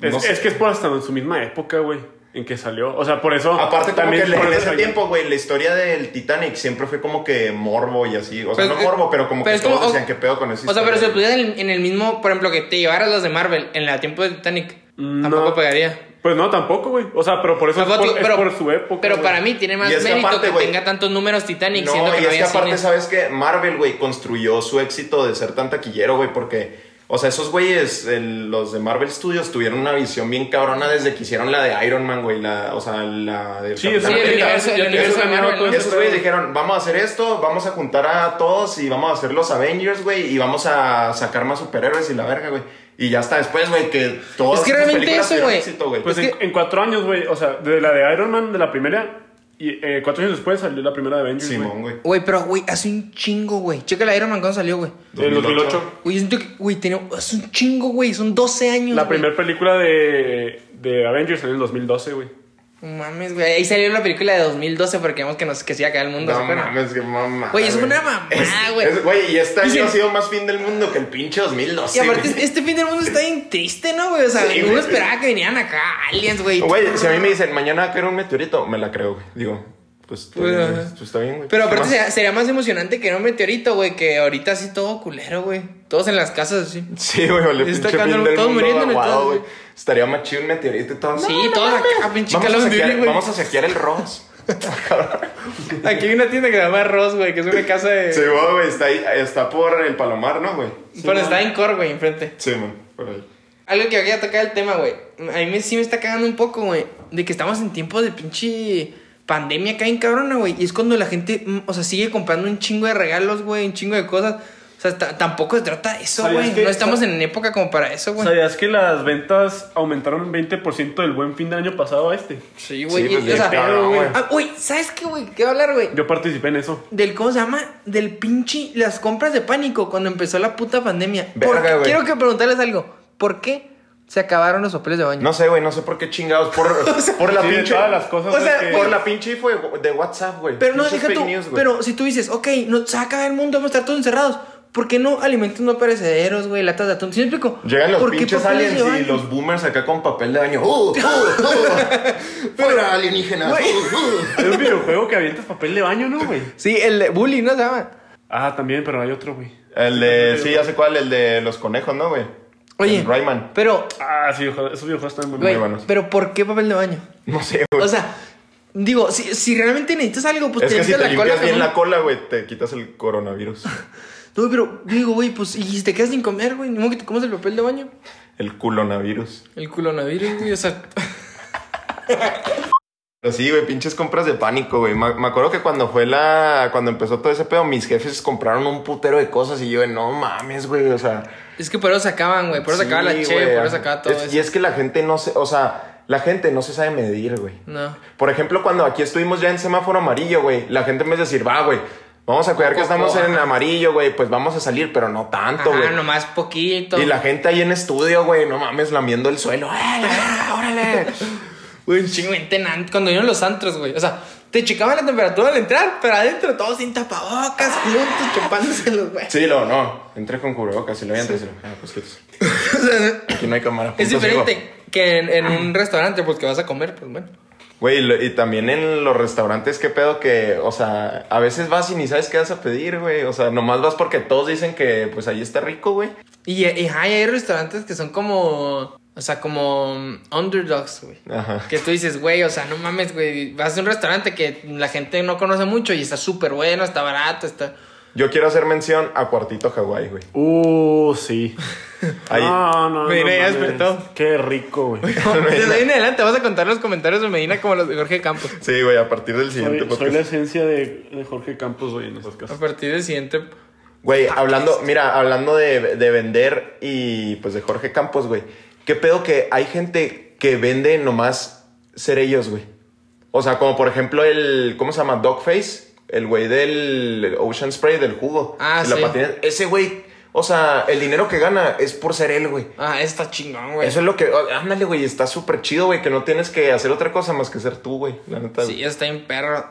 Es,
no sé.
es que es por hasta en su misma época, güey, en que salió. O sea, por eso.
Aparte, como que
por
en
eso
ese
salió.
tiempo, güey, la historia del Titanic siempre fue como que morbo y así. O sea, no
Pero Pues es que-
morbo, pero como
eh, pero
que
es como-
todos decían qué pedo con eso.
O sea, pero si lo pusieran en, en el mismo, por ejemplo, que te llevaras las de Marvel en la tiempo de Titanic,
No.
tampoco pegaría.
Pues no, tampoco, güey. O sea,
Pues
pero por eso
Tampoco
es, por,
te-
es por su época.
Pero
güey.
para mí tiene más
Y es que
mérito que,
aparte, güey,
tenga tantos números Titanic,
No,
siendo que
y es
no
que
había
aparte,
cine.
¿sabes que Marvel, güey, construyó su éxito de ser tan taquillero, güey, porque, o sea, esos güeyes, el- los de Marvel Studios, tuvieron una visión bien cabrona desde que hicieron la de Iron Man, güey, la, o sea, la del
Sí,
Capitán
o sea,
Sí, el
América.
ya-
universo- el
ya- ya
universo
se
de
ganó
Marvel,
todo
¿no?
Y
ese
esos
pedo.
güeyes dijeron, vamos a hacer esto, vamos a juntar a todos y vamos a hacer los Avengers, güey, y vamos a sacar más superhéroes y la verga, güey. Y ya está después, güey, que todos
Es que realmente eso, güey.
Pues
Es
en, en cuatro años, güey. O sea, de la de Iron Man, de la primera. Y eh, cuatro años después salió la primera de Avengers.
Simón, güey.
Güey, pero, güey, hace un chingo, güey. Checa la Iron Man cuando salió, güey.
En 2008.
2008.
Güey, yo siento que, güey, tiene- hace un chingo, güey. Son 12 años,
La
güey.
primera película de, de Avengers salió en el 2012, güey.
No mames, güey. Ahí salió la película de 2012 porque vemos que nos que se iba a caer el mundo.
No
¿se acuerdan?
mames, que mamá.
Güey, es una mamá,
Es-
güey.
es- Güey, y este
Y sí.
año ha sido más fin del mundo que el pinche 2012.
Y aparte,
güey.
este fin del mundo está bien triste, ¿no, güey? O sea,
Sí,
uno
güey.
esperaba que venían acá aliens, güey.
Güey, si a mí me dicen mañana va a caer un meteorito, me la creo, güey. Digo, Pues está
Pues,
bien,
ajá.
güey. Pues está bien, güey.
Pero
¿Qué
aparte
más?
sería, sería más emocionante que era un meteorito, güey, que ahorita así todo culero, güey. Todos en las casas así.
Sí, güey, vale,
Está
pinche fin
acá,
del
todos
mundo
muriéndome,
aguado,
todos.
güey. Estaría más chido un meteorito y todo.
Sí,
No, no,
todos
no,
acá,
no.
pinche
vamos,
Call
a
of Duty,
saquear,
güey.
vamos a saquear el Ross.
Aquí hay una tienda que se llama Ross, güey, que es una casa de...
Sí, güey, güey, está ahí, está por el Palomar, ¿no, güey?
pero está en Cor, güey, enfrente.
Sí, man, por ahí.
Algo que quería tocar el tema, güey. A mí me- sí me está cagando un poco, güey. De que estamos en tiempos de pinche pandemia acá en cabrona, güey. Y es cuando la gente, mm, o sea, sigue comprando un chingo de regalos, güey, un chingo de cosas. O sea, ta- tampoco se trata de eso,
¿Sabías
güey.
que-
No estamos en época como para eso, güey.
¿Sabías que las ventas aumentaron 20% del buen fin del año pasado a este?
Sí, güey.
Sí,
y-
pues,
y, o sea,
bien cabrón, güey.
ah, güey, ¿sabes qué, güey? ¿Qué va a hablar, güey?
Yo participé en eso.
Del, ¿cómo se llama? Del pinche, las compras de pánico cuando empezó la puta pandemia.
Verga,
Porque-
güey.
quiero que preguntarles algo. ¿Por qué se acabaron los papeles de baño?
No sé, güey, no sé por qué chingados. Por, por la
Sí, de
pinche.
todas las cosas.
O sea,
es que-
Por la pinche info de- de WhatsApp, güey.
Pero no,
Pinches
deja
fake
tú.
news, güey.
pero si tú dices, ok, no, se va a acabar el mundo, vamos a estar todos encerrados. ¿Por qué no alimentos no perecederos, güey? Latas de atún. ¿Sí me explico?
Llegan los
¿Por qué
pinches
papeles
aliens
de
y
baño?
los boomers acá con papel de baño. ¡Uh! ¡Uh! ¡Uh! ¡Fuera alienígenas!
Güey.
¡Uh!
Hay un videojuego que avientas papel de baño, ¿no, güey?
Sí, el de bullying, ¿no se llama?
Ah, también, pero hay otro, güey.
uh! El de. Sí, ya sé cuál, el de los conejos, ¿no, güey?
Oye,
El Rayman.
pero,
Ah, sí, ojo- esos videojuegos están muy
güey,
buenos.
buenos.
pero ¿por qué papel de baño?
No sé, güey.
O sea, digo, si, si realmente necesitas algo, pues
es que si
limpias
te limpias bien
con
la
un-
cola, güey, te quitas el coronavirus.
No, pero digo, güey, pues, y te quedas sin comer, güey. Ni modo que te comas el papel de baño.
El culonavirus.
El culonavirus, güey, o sea.
Pero Pues sí, güey, pinches compras de pánico, güey. Me, me acuerdo que cuando fue la. Cuando empezó todo ese pedo, mis jefes compraron un putero de cosas y yo, de, no mames, güey, o sea.
Es que por eso se acaban, güey. Por eso se
Sí,
acaba la
güey.
cheve, por eso se acaba todo
Es-
eso.
Y es que la gente no se, o sea, la gente no se sabe medir, güey.
No.
Por ejemplo, cuando aquí estuvimos ya en semáforo amarillo, güey, la gente en vez de decir, va, güey, vamos a cuidar que
Poco,
estamos en
ajá.
amarillo, güey, pues vamos a salir, pero no tanto,
Ajá,
güey.
Ah, nomás poquito.
y la gente ahí en estudio, güey, no mames, lamiendo el suelo. ¡Eh, la verga, órale!
Güey, un chingo de gente en ant- cuando vinieron los antros, güey. O sea, te checaban la temperatura al entrar, pero adentro todos sin tapabocas, juntos, chupándose los güey.
sí, lo, no. Entré con cubrebocas y lo voy a entrar. Ah, pues, ¿qué es?
O sea,
Aquí no hay cámara.
es
punto ciego.
diferente que en, en un restaurante, pues que vas a comer, pues bueno.
Güey, lo- y también en los restaurantes, qué pedo que, o sea, a veces vas y ni sabes qué vas a pedir, güey. O sea, nomás vas porque todos dicen que, pues ahí está rico, güey.
Y, y ajá, y hay restaurantes que son como, o sea, como um, underdogs, güey.
Ajá.
Que tú dices, güey, o sea, no mames, güey. Vas a un restaurante que la gente no conoce mucho y está súper bueno, está barato, está.
Yo quiero hacer mención a Cuartito Hawái, güey.
Uh, sí.
Ahí.
No, no,
Mira,
no
ya
mames.
despertó.
Qué rico, güey.
Desde ahí en adelante vas a contar los comentarios de Medina como los de Jorge Campos.
Sí, güey, a partir del siguiente
Soy, soy la
podcast.
esencia de, de Jorge Campos hoy en el
A
podcast.
partir del siguiente
Güey, hablando, mira, hablando de, de vender y pues de Jorge Campos, güey. Qué pedo que hay gente que vende nomás ser ellos, güey. O sea, como por ejemplo el, ¿cómo se llama? Dogface, el güey del Ocean Spray, del jugo.
Ah,
De la
sí.
patineta. Ese güey, o sea, el dinero que gana es por ser él, güey.
Ah, está chingón, güey.
Eso es lo que, ándale, güey, está súper chido, güey, que no tienes que hacer otra cosa más que ser tú, güey. La neta.
Sí, está bien perro.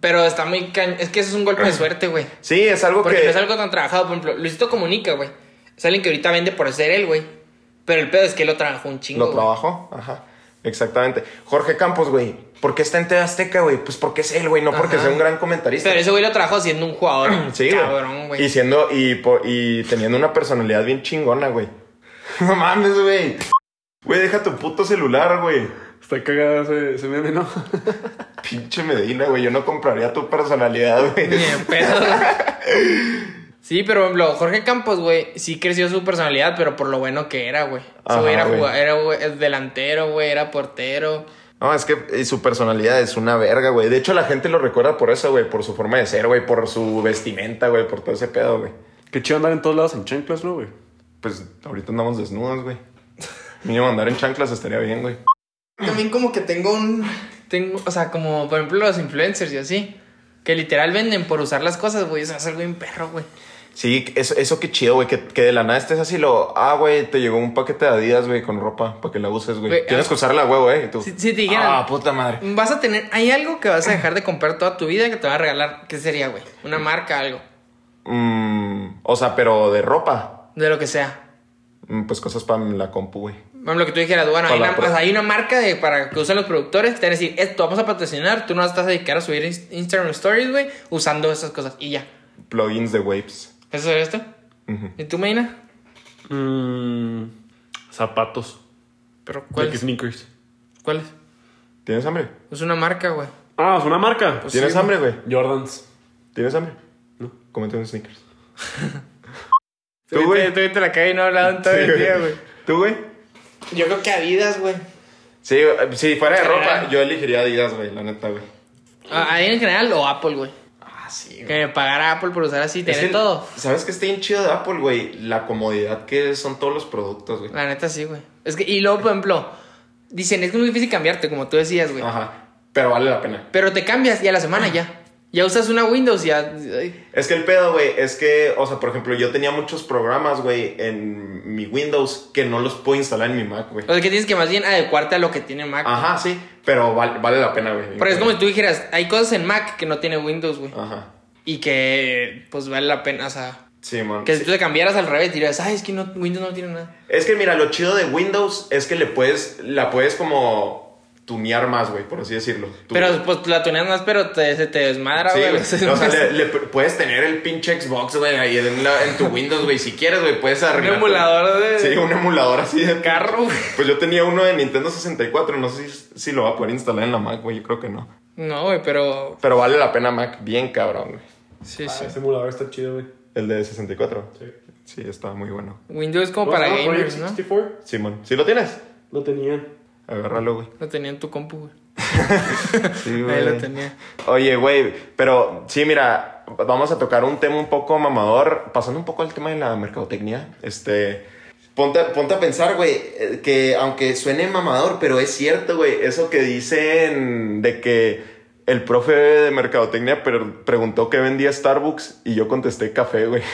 Pero está muy cañón. Es que eso es un golpe
Ah.
de suerte, güey.
Sí, es algo
Porque
que.
no es algo tan trabajado. Por ejemplo, Luisito Comunica, güey. Es alguien que ahorita vende por ser él, güey. Pero el pedo es que lo trabajó un chingo.
Lo
güey.
trabajó, ajá. Exactamente. Jorge Campos, güey. ¿Por qué está en TV Azteca, güey? Pues porque es él, güey, no porque
Ajá.
sea un gran comentarista.
Pero ese güey lo trabajó siendo un jugador.
Sí, güey.
Cabrón, güey.
Y siendo, y, po- y teniendo una personalidad bien chingona, güey. No mames, güey. Güey, deja tu puto celular, güey.
Está cagada ese, ese meme, ¿no?
Pinche Medina, güey. Yo no compraría tu personalidad, güey.
Ni de pedo, güey. Sí, pero por ejemplo, Jorge Campos, güey, sí creció su personalidad, pero por lo bueno que era, güey. Ese güey
Ajá,
era,
güey.
jugado- era güey, el delantero, güey, era portero.
No, es que eh, su personalidad es una verga, güey. De hecho, la gente lo recuerda por eso, güey. Por su forma de ser, güey. Por su vestimenta, güey. Por todo ese pedo, güey.
Qué chido andar en todos lados en chanclas, ¿no, güey?
Pues ahorita andamos desnudos, güey. Mínimo andar en chanclas estaría bien, güey.
También como que tengo un... Tengo, o sea, como por ejemplo los influencers y así. Que literal venden por usar las cosas, güey. Eso es algo bien perro, güey.
Sí, eso, eso qué chido, güey. Que, que de la nada estés así lo... Ah, güey, te llegó un paquete de Adidas, güey, con ropa para que la uses, güey.
Güey,
Tienes
ah.
que usarla, huevo, eh. Y tú,
Si, si te dijeran...
Ah, puta madre.
Vas a tener... Hay algo que vas a dejar de comprar toda tu vida que te va a regalar. ¿Qué sería, güey? Una marca, algo.
Mm, o sea, pero de ropa.
De lo que sea.
Mm, pues cosas para la compu, güey.
Bueno, lo que tú dijeras, bueno, hay
Para la
una,
pro-
o sea, hay una marca de, para que usan los productores que te van a decir, esto vamos a patrocinar, tú no estás a dedicar a subir ins- Instagram Stories, güey, usando esas cosas. Y ya.
Plugins de Waves.
¿Eso es esto?
Ujú.
¿Y tú, Meina?
Mm, zapatos.
¿Pero
¿Cuál?
cuál es?
sneakers.
¿Cuál es?
¿Tienes hambre?
Es una marca, güey.
Ah, es una marca.
¿Tienes
sí,
hambre, güey?
Jordans.
¿Tienes hambre? No. Comete un sneakers. ¿Tú,
Tú, güey.
güey?
Tú, viste la calle y no hablaban todo el día, güey.
¿Tú, güey?
Yo creo que Adidas, güey.
Sí, eh, si fuera de
General.
ropa, yo elegiría Adidas, güey, la neta, güey.
Ah, Adidas en general o Apple, güey.
Ah, sí,
Que me pagara Apple por usar así,
Es
tener
que-
todo.
¿Sabes qué está bien chido de Apple, güey? La comodidad que son todos los productos, güey.
La neta sí, güey. Es que, y luego, por ejemplo, dicen, es que es muy difícil cambiarte, como tú decías, güey.
Ajá. Pero vale la pena.
Pero te cambias y a la semana ya. Ya usas una Windows y ya. ay,
Es que el pedo, güey, es que, o sea, por ejemplo, yo tenía muchos programas, güey, en mi Windows que no los puedo instalar en mi Mac, güey.
O sea, que tienes que más bien adecuarte a lo que tiene Mac.
Ajá, sí, pero val- vale la pena, güey.
Pero es como si tú dijeras, hay cosas en Mac que no tiene Windows, güey.
Ajá.
Y que, pues, vale la pena, o sea.
Sí, man.
Que
Sí.
si tú te cambiaras al revés, dirías, ay, es que no, Windows no tiene nada.
Es que mira, lo chido de Windows es que le puedes, la puedes como tunear más, güey, por así decirlo. Tú-
Pero pues la tuneas más, pero te, se te desmadra,
Sí,
güey.
güey.
Se
O sea,
desmadra.
le, le pu- puedes tener el pinche Xbox, güey, ahí en, la- en tu Windows, güey. Si quieres, güey, puedes arreglar.
emulador de-
Sí, un emulador así de
Carro, güey.
Pues yo tenía uno de Nintendo 64. No sé si, si lo va a poder instalar en la Mac, güey. Yo creo que no.
No, güey, pero.
Pero vale la pena Mac, bien cabrón, güey.
Sí,
Ah,
sí.
Ese emulador está chido, güey.
El de 64.
Sí.
Sí, estaba muy bueno.
Windows es como
¿Cómo
Pues
para
se llama? Project
gamers, ¿no?
64?
Simón, ¿sí lo tienes?
Lo tenía.
Agárralo, güey.
Lo tenía en tu compu, güey.
Sí,
Ahí lo tenía.
Oye, güey, pero sí, mira, vamos a tocar un tema un poco mamador, pasando un poco al tema de la mercadotecnia. Este, ponte, ponte a pensar, güey, eh, que aunque suene mamador, pero es cierto, güey, eso que dicen de que el profe de mercadotecnia per- preguntó qué vendía Starbucks y yo contesté café, güey.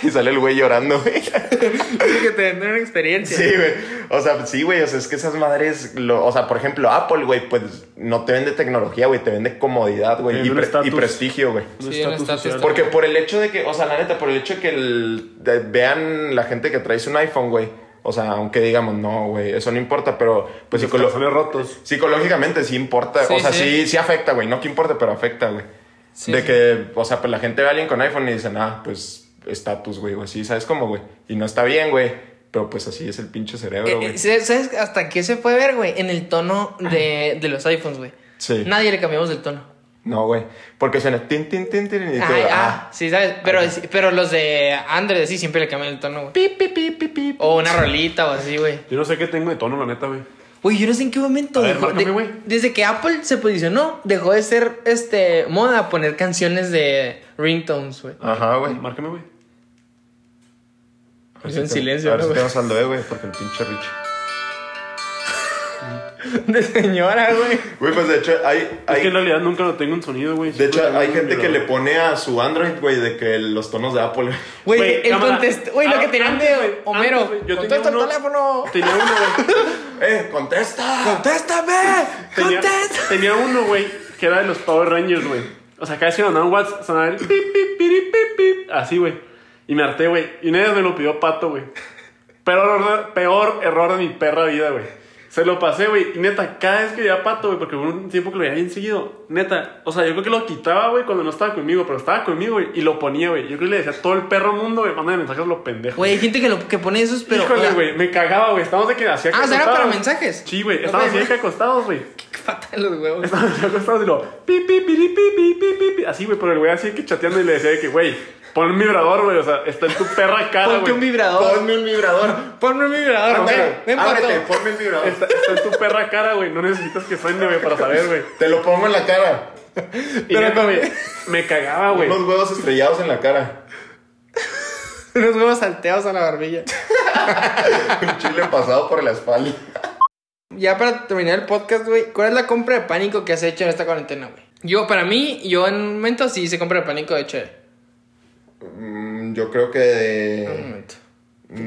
Y sale el güey llorando, güey.
Sí, que te venden una experiencia.
Sí, güey. O sea, sí, güey. O sea, es que esas madres. lo- o sea, por ejemplo, Apple, güey, pues no te vende tecnología, güey. Te vende comodidad, güey.
Te
Y,
vende un
pre- y
estatus.
prestigio, güey.
Un
Sí, era estatus
social.
también.
Porque por el hecho de que, o sea, la neta, por el hecho de que el- de- vean la gente que traes un iPhone, güey. O sea, aunque digamos, no, güey, eso no importa, pero pues
Los
psicolo-
calzones rotos.
psicológicamente sí importa.
Sí,
o sea,
sí.
sí. sí, afecta, güey. No que importa, pero afecta, güey.
Sí,
de
sí.
que, o sea, pues la gente ve a alguien con iPhone y dicen, ah, pues estatus, güey, o así, ¿sabes cómo, güey? Y no está bien, güey. Pero pues así es el pinche cerebro,
Eh,
güey.
eh, ¿Sabes sabes hasta qué se puede ver, güey? En el tono de, de los iPhones, güey.
Sí.
Nadie le cambiamos el tono.
No, güey. Porque suena tin, tin, tin, tin. Y tú,
Ay, ah,
ah,
sí, ¿sabes? Pero, sí- pero los de Android sí siempre le cambian el tono, güey.
pi, pi, pi, pi, pi.
O una rolita o así, güey.
Yo no sé qué tengo de tono, la neta, güey.
Güey, yo no sé en qué momento.
A ver,
dejó-
márcame,
de-
güey.
desde que Apple se posicionó, dejó de ser este moda poner canciones de ringtones, güey.
ah. Ajá, güey.
Márcame, güey.
Es en silencio,
A ver
¿no,
si
güey.
tenemos al Doe, güey, porque el pinche Rich.
De señora, güey.
Güey, pues de hecho, hay.
Es que en
hay
realidad nunca lo tengo en sonido, güey.
de hecho,
Siempre
hay
tengo
gente
en
que le
vibrador.
pone a su Android, güey, de que los tonos de Apple, güey.
Güey, el
cámara.
contest... Güey, lo
Ah,
que tenían
antes, güey,
de Homero.
antes, güey, yo tenía
¡Contesta el
uno-
teléfono!
Tenía uno, güey.
¡Eh, contesta!
¡Contéstame!
Tenía,
¡Contesta!
tenía uno, güey, que era de los Power Rangers, güey. O sea, cada vez que mandaban WhatsApp sonaba el pip, pip, piri, pip, pip. Así, güey. Y me harté, güey. Y una vez me lo pidió Pato, güey. Peor, error- peor error de mi perra vida, güey. Se lo pasé, güey. Y neta, cada vez que veía a Pato, güey, porque hubo un tiempo que lo veía bien seguido. Neta, o sea, yo creo que lo quitaba, güey, cuando no estaba conmigo, pero estaba conmigo, güey. Y lo ponía, güey. Yo creo que le decía a todo el perro mundo, güey, mándame mensajes a los pendejos.
Güey, hay gente que, lo, que pone esos, pero... o
Híjole,
sea,
güey, me cagaba, güey. Estábamos de que hacía
Ah, o sea, era para mensajes.
Sí, güey,
No
estábamos
puede
así de que acostados, güey.
Qué fatal los huevos.
Estábamos así acostados y lo pi, pi, piri, pi, pi, pi, pi, pi. Así, güey, pero el güey así que chateando y le decía de que, güey, pon un vibrador, güey. O sea, está en tu perra cara,
Ponte un
güey.
vibrador.
Ponme un vibrador.
Ponme un vibrador, güey.
Ándale,
Ven,
ábrete,
pato.
ponme el vibrador.
Está, está en tu perra cara, güey. No necesitas que suene, güey, para saber, güey.
Te lo pongo en la cara.
Y
Pero
neta,
con-
güey, me cagaba, güey.
Unos huevos estrellados en la cara.
Unos huevos salteados a la barbilla.
Un chile pasado por la espalda.
Ya para terminar el podcast, güey, ¿cuál es la compra de pánico que has hecho en esta cuarentena, güey? Yo, para mí, yo en un momento sí hice compra de pánico de Cheve.
Mm, yo creo que
En un
de.
momento.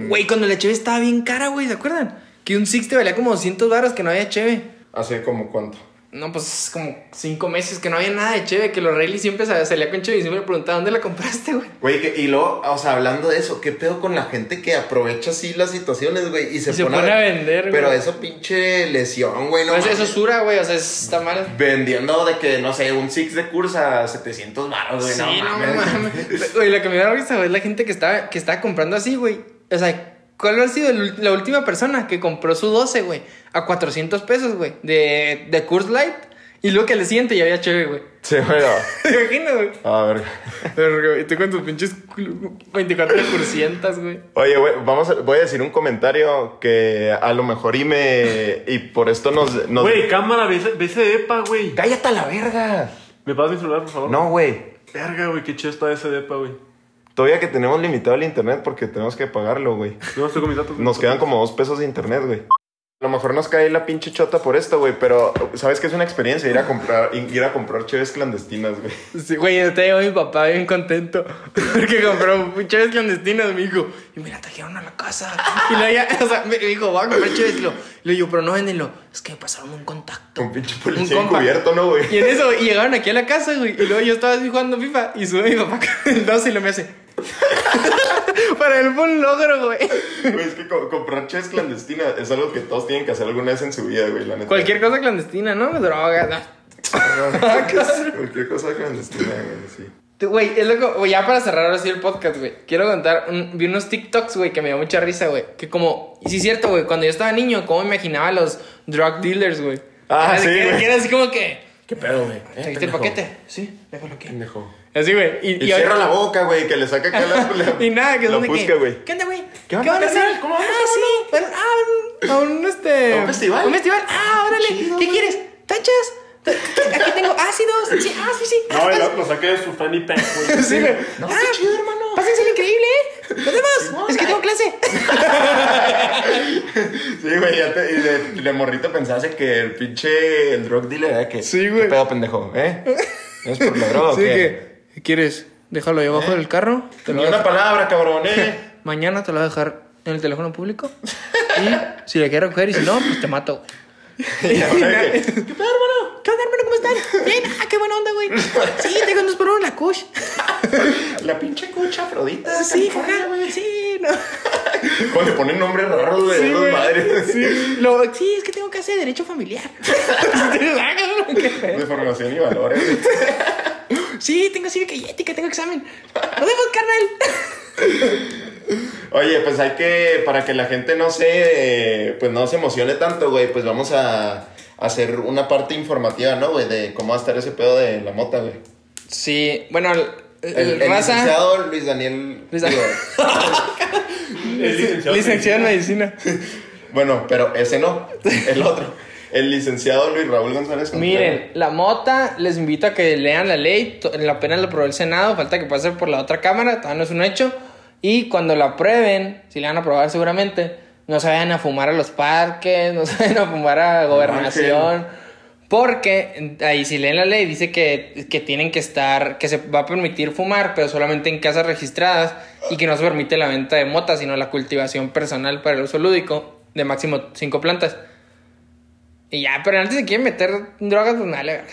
Güey, cuando la Cheve estaba bien cara, güey, ¿se acuerdan? Que un Six te valía como 200 baros que no había Cheve.
Hace como cuánto.
No, pues como cinco meses que no había nada de cheve, que los Rayleigh siempre sa- salía con cheve y siempre me preguntaba, ¿dónde la compraste, güey?
Güey, que- y luego, o sea, hablando de eso, ¿qué pedo con la gente que aprovecha así las situaciones, güey? Y se,
Y se pone a vender, güey.
Pero eso pinche lesión, güey, no
No, es-
mames.
eso es usura, güey, o sea, es- está mal.
Vendiendo de que, no sé, un six de cursa a 700 baros, güey,
Sí,
no mames.
Güey, lo que me da risa, güey, es la gente que estaba, que estaba comprando así, güey. O sea, ¿cuál ha sido el ul- la última persona que compró su 12, güey? A 400 pesos, güey, de, de Curse Light. Y luego que le siguiente ya había chévere, güey.
Sí, güey.
Te imagino, güey.
A ver.
Verga, Y tú con tus pinches cul- 24 cursientas, güey.
Oye, güey, vamos a- voy a decir un comentario que a lo mejor y me. Y por esto nos. nos-
Güey, cámara, ve ese- ve ese depa, güey.
¡Cállate a la verga!
¿Me pasas mi celular, por favor?
No, güey.
Verga, güey, qué chido está ese depa, güey.
Todavía que tenemos limitado el internet porque tenemos que pagarlo, güey.
No estoy con mis datos.
Nos quedan como dos pesos de internet, güey. A lo mejor nos cae la pinche chota por esto, güey, pero sabes que es una experiencia ir a comprar, ir a comprar cheves clandestinas, güey.
Sí, güey, yo te digo mi papá bien contento porque compró chaves clandestinas, me dijo, y mira, trajeron a la casa. Y luego ya, o sea, me dijo, voy a comprar chaves. Y lo- le digo, pero no véndenlo, es que me pasaron un contacto.
Un pinche
un
policía
compa.
encubierto, ¿no,
Y
güey?
en eso, y llegaron aquí a la casa, güey, y luego yo estaba así jugando FIFA y sube mi papá con el 12 y lo me hace. Para él fue un logro, güey.
Güey, es que co- comprar cheves clandestinas es algo que todos tienen que hacer alguna vez en su vida, güey, la neta.
Cualquier cosa clandestina, ¿no? Droga, no.
Cualquier cosa clandestina, güey, sí.
Tú, Güey, es loco. Güey, ya para cerrar ahora sí el podcast, güey. Quiero contar. un- vi unos TikToks, güey, que me dio mucha risa, güey. Que como. y Sí, es cierto, güey. Cuando yo estaba niño, ¿cómo me imaginaba a los drug dealers, güey?
Ah,
Era de
sí,
que-
güey. Eh,
que Era así como que.
¿Qué pedo, güey?
¿Trajiste el paquete? Sí, déjalo aquí.
Pendejo.
Así, güey. Y,
Y,
ahora-
cierra la boca, güey, que le saca acá la, la-
y nada, que es
la
donde
busca, güey.
¿Qué onda, güey? ¿Qué,
onda,
van a hacer?
carnal? ¿Cómo vamos
ah, sí. Bueno, ah, un- a un, este.
¿A un festival?
Un festival. Ah, órale.
chido,
¿Qué
güey.
quieres? ¿Tachas? Ta- ta- Aquí tengo ácidos. Sí, ah, sí, sí.
No,
ácidos.
güey, lo, lo saqué de su fanny pack, güey.
Sí, güey. ah, chido, hermano. Pásense el increíble, ¿eh? Nos vemos. Es que tengo clase.
Sí, güey, ya te, y de, de morrito pensaste que el pinche el drug dealer era que.
Sí, güey.
¿Qué pedo, pendejo? ¿Eh? ¿Es por la droga o
Así
qué?
que, ¿qué ¿quieres? Déjalo ahí abajo del carro. Te lo
Ni
voy a
una
dejar-
palabra, cabrón, ¿eh?
Mañana te lo voy a dejar en el teléfono público. Y si le quieres coger y si no, pues te mato, güey.
Y ahora que-
¿Qué pedo, hermano? ¿Qué onda, hermano? ¿Cómo están? Bien, ah, qué buena onda, güey. Sí, te dejan dos por uno la kush.
la pinche cucha afrodita. de
Sí,
California,
jaja,
güey.
sí, no.
Cuando le ponen nombres raros de
Sí,
los
güey.
madres.
Sí, lo- sí, es que tengo que hacer derecho familiar. ¿Qué pedo?
De formación y valores.
Sí, tengo cívica y ética, tengo examen. Nos vemos, carnal.
Oye, pues hay que, para que la gente no se, pues no se emocione tanto, güey, pues vamos a hacer una parte informativa, ¿no, güey? De cómo va a estar ese pedo de la mota, güey.
Sí, bueno, el,
El, el licenciado Luis Daniel.
Luis Daniel.
digo,
Es licenciado.
en medicina.
Bueno, pero ese no, el otro. El licenciado Luis Raúl González. Contreras.
Miren, la mota les invito a que lean la ley. to- La pena la aprobó el Senado. Falta que pase por la otra Cámara. Todavía no es un hecho. Y cuando la aprueben, si la van a aprobar seguramente, no se vayan a fumar a los parques, no se vayan a fumar a gobernación. Porque ahí si leen la ley dice que, que tienen que estar, que se va a permitir fumar, pero solamente en casas registradas y que no se permite la venta de mota, sino la cultivación personal para el uso lúdico de máximo cinco plantas. Y ya, pero antes de quieren meter drogas, pues nada, la verga.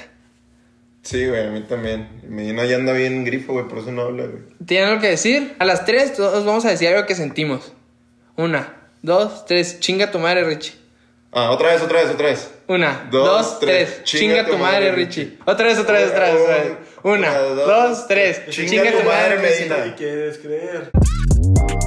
Sí, güey, a mí también. Medina ya anda bien grifo, güey, por eso no habla, güey.
¿Tienen algo que decir? A las tres todos vamos a decir algo que sentimos. Una, dos, tres, chinga tu madre, Richie.
Ah, otra vez, otra vez, otra vez.
Una, dos, tres, chinga, tu madre, Richie. Otra vez, otra vez, otra vez. otra vez. Una, dos, tres, chinga, tu madre, Medina.
¿Qué quieres creer?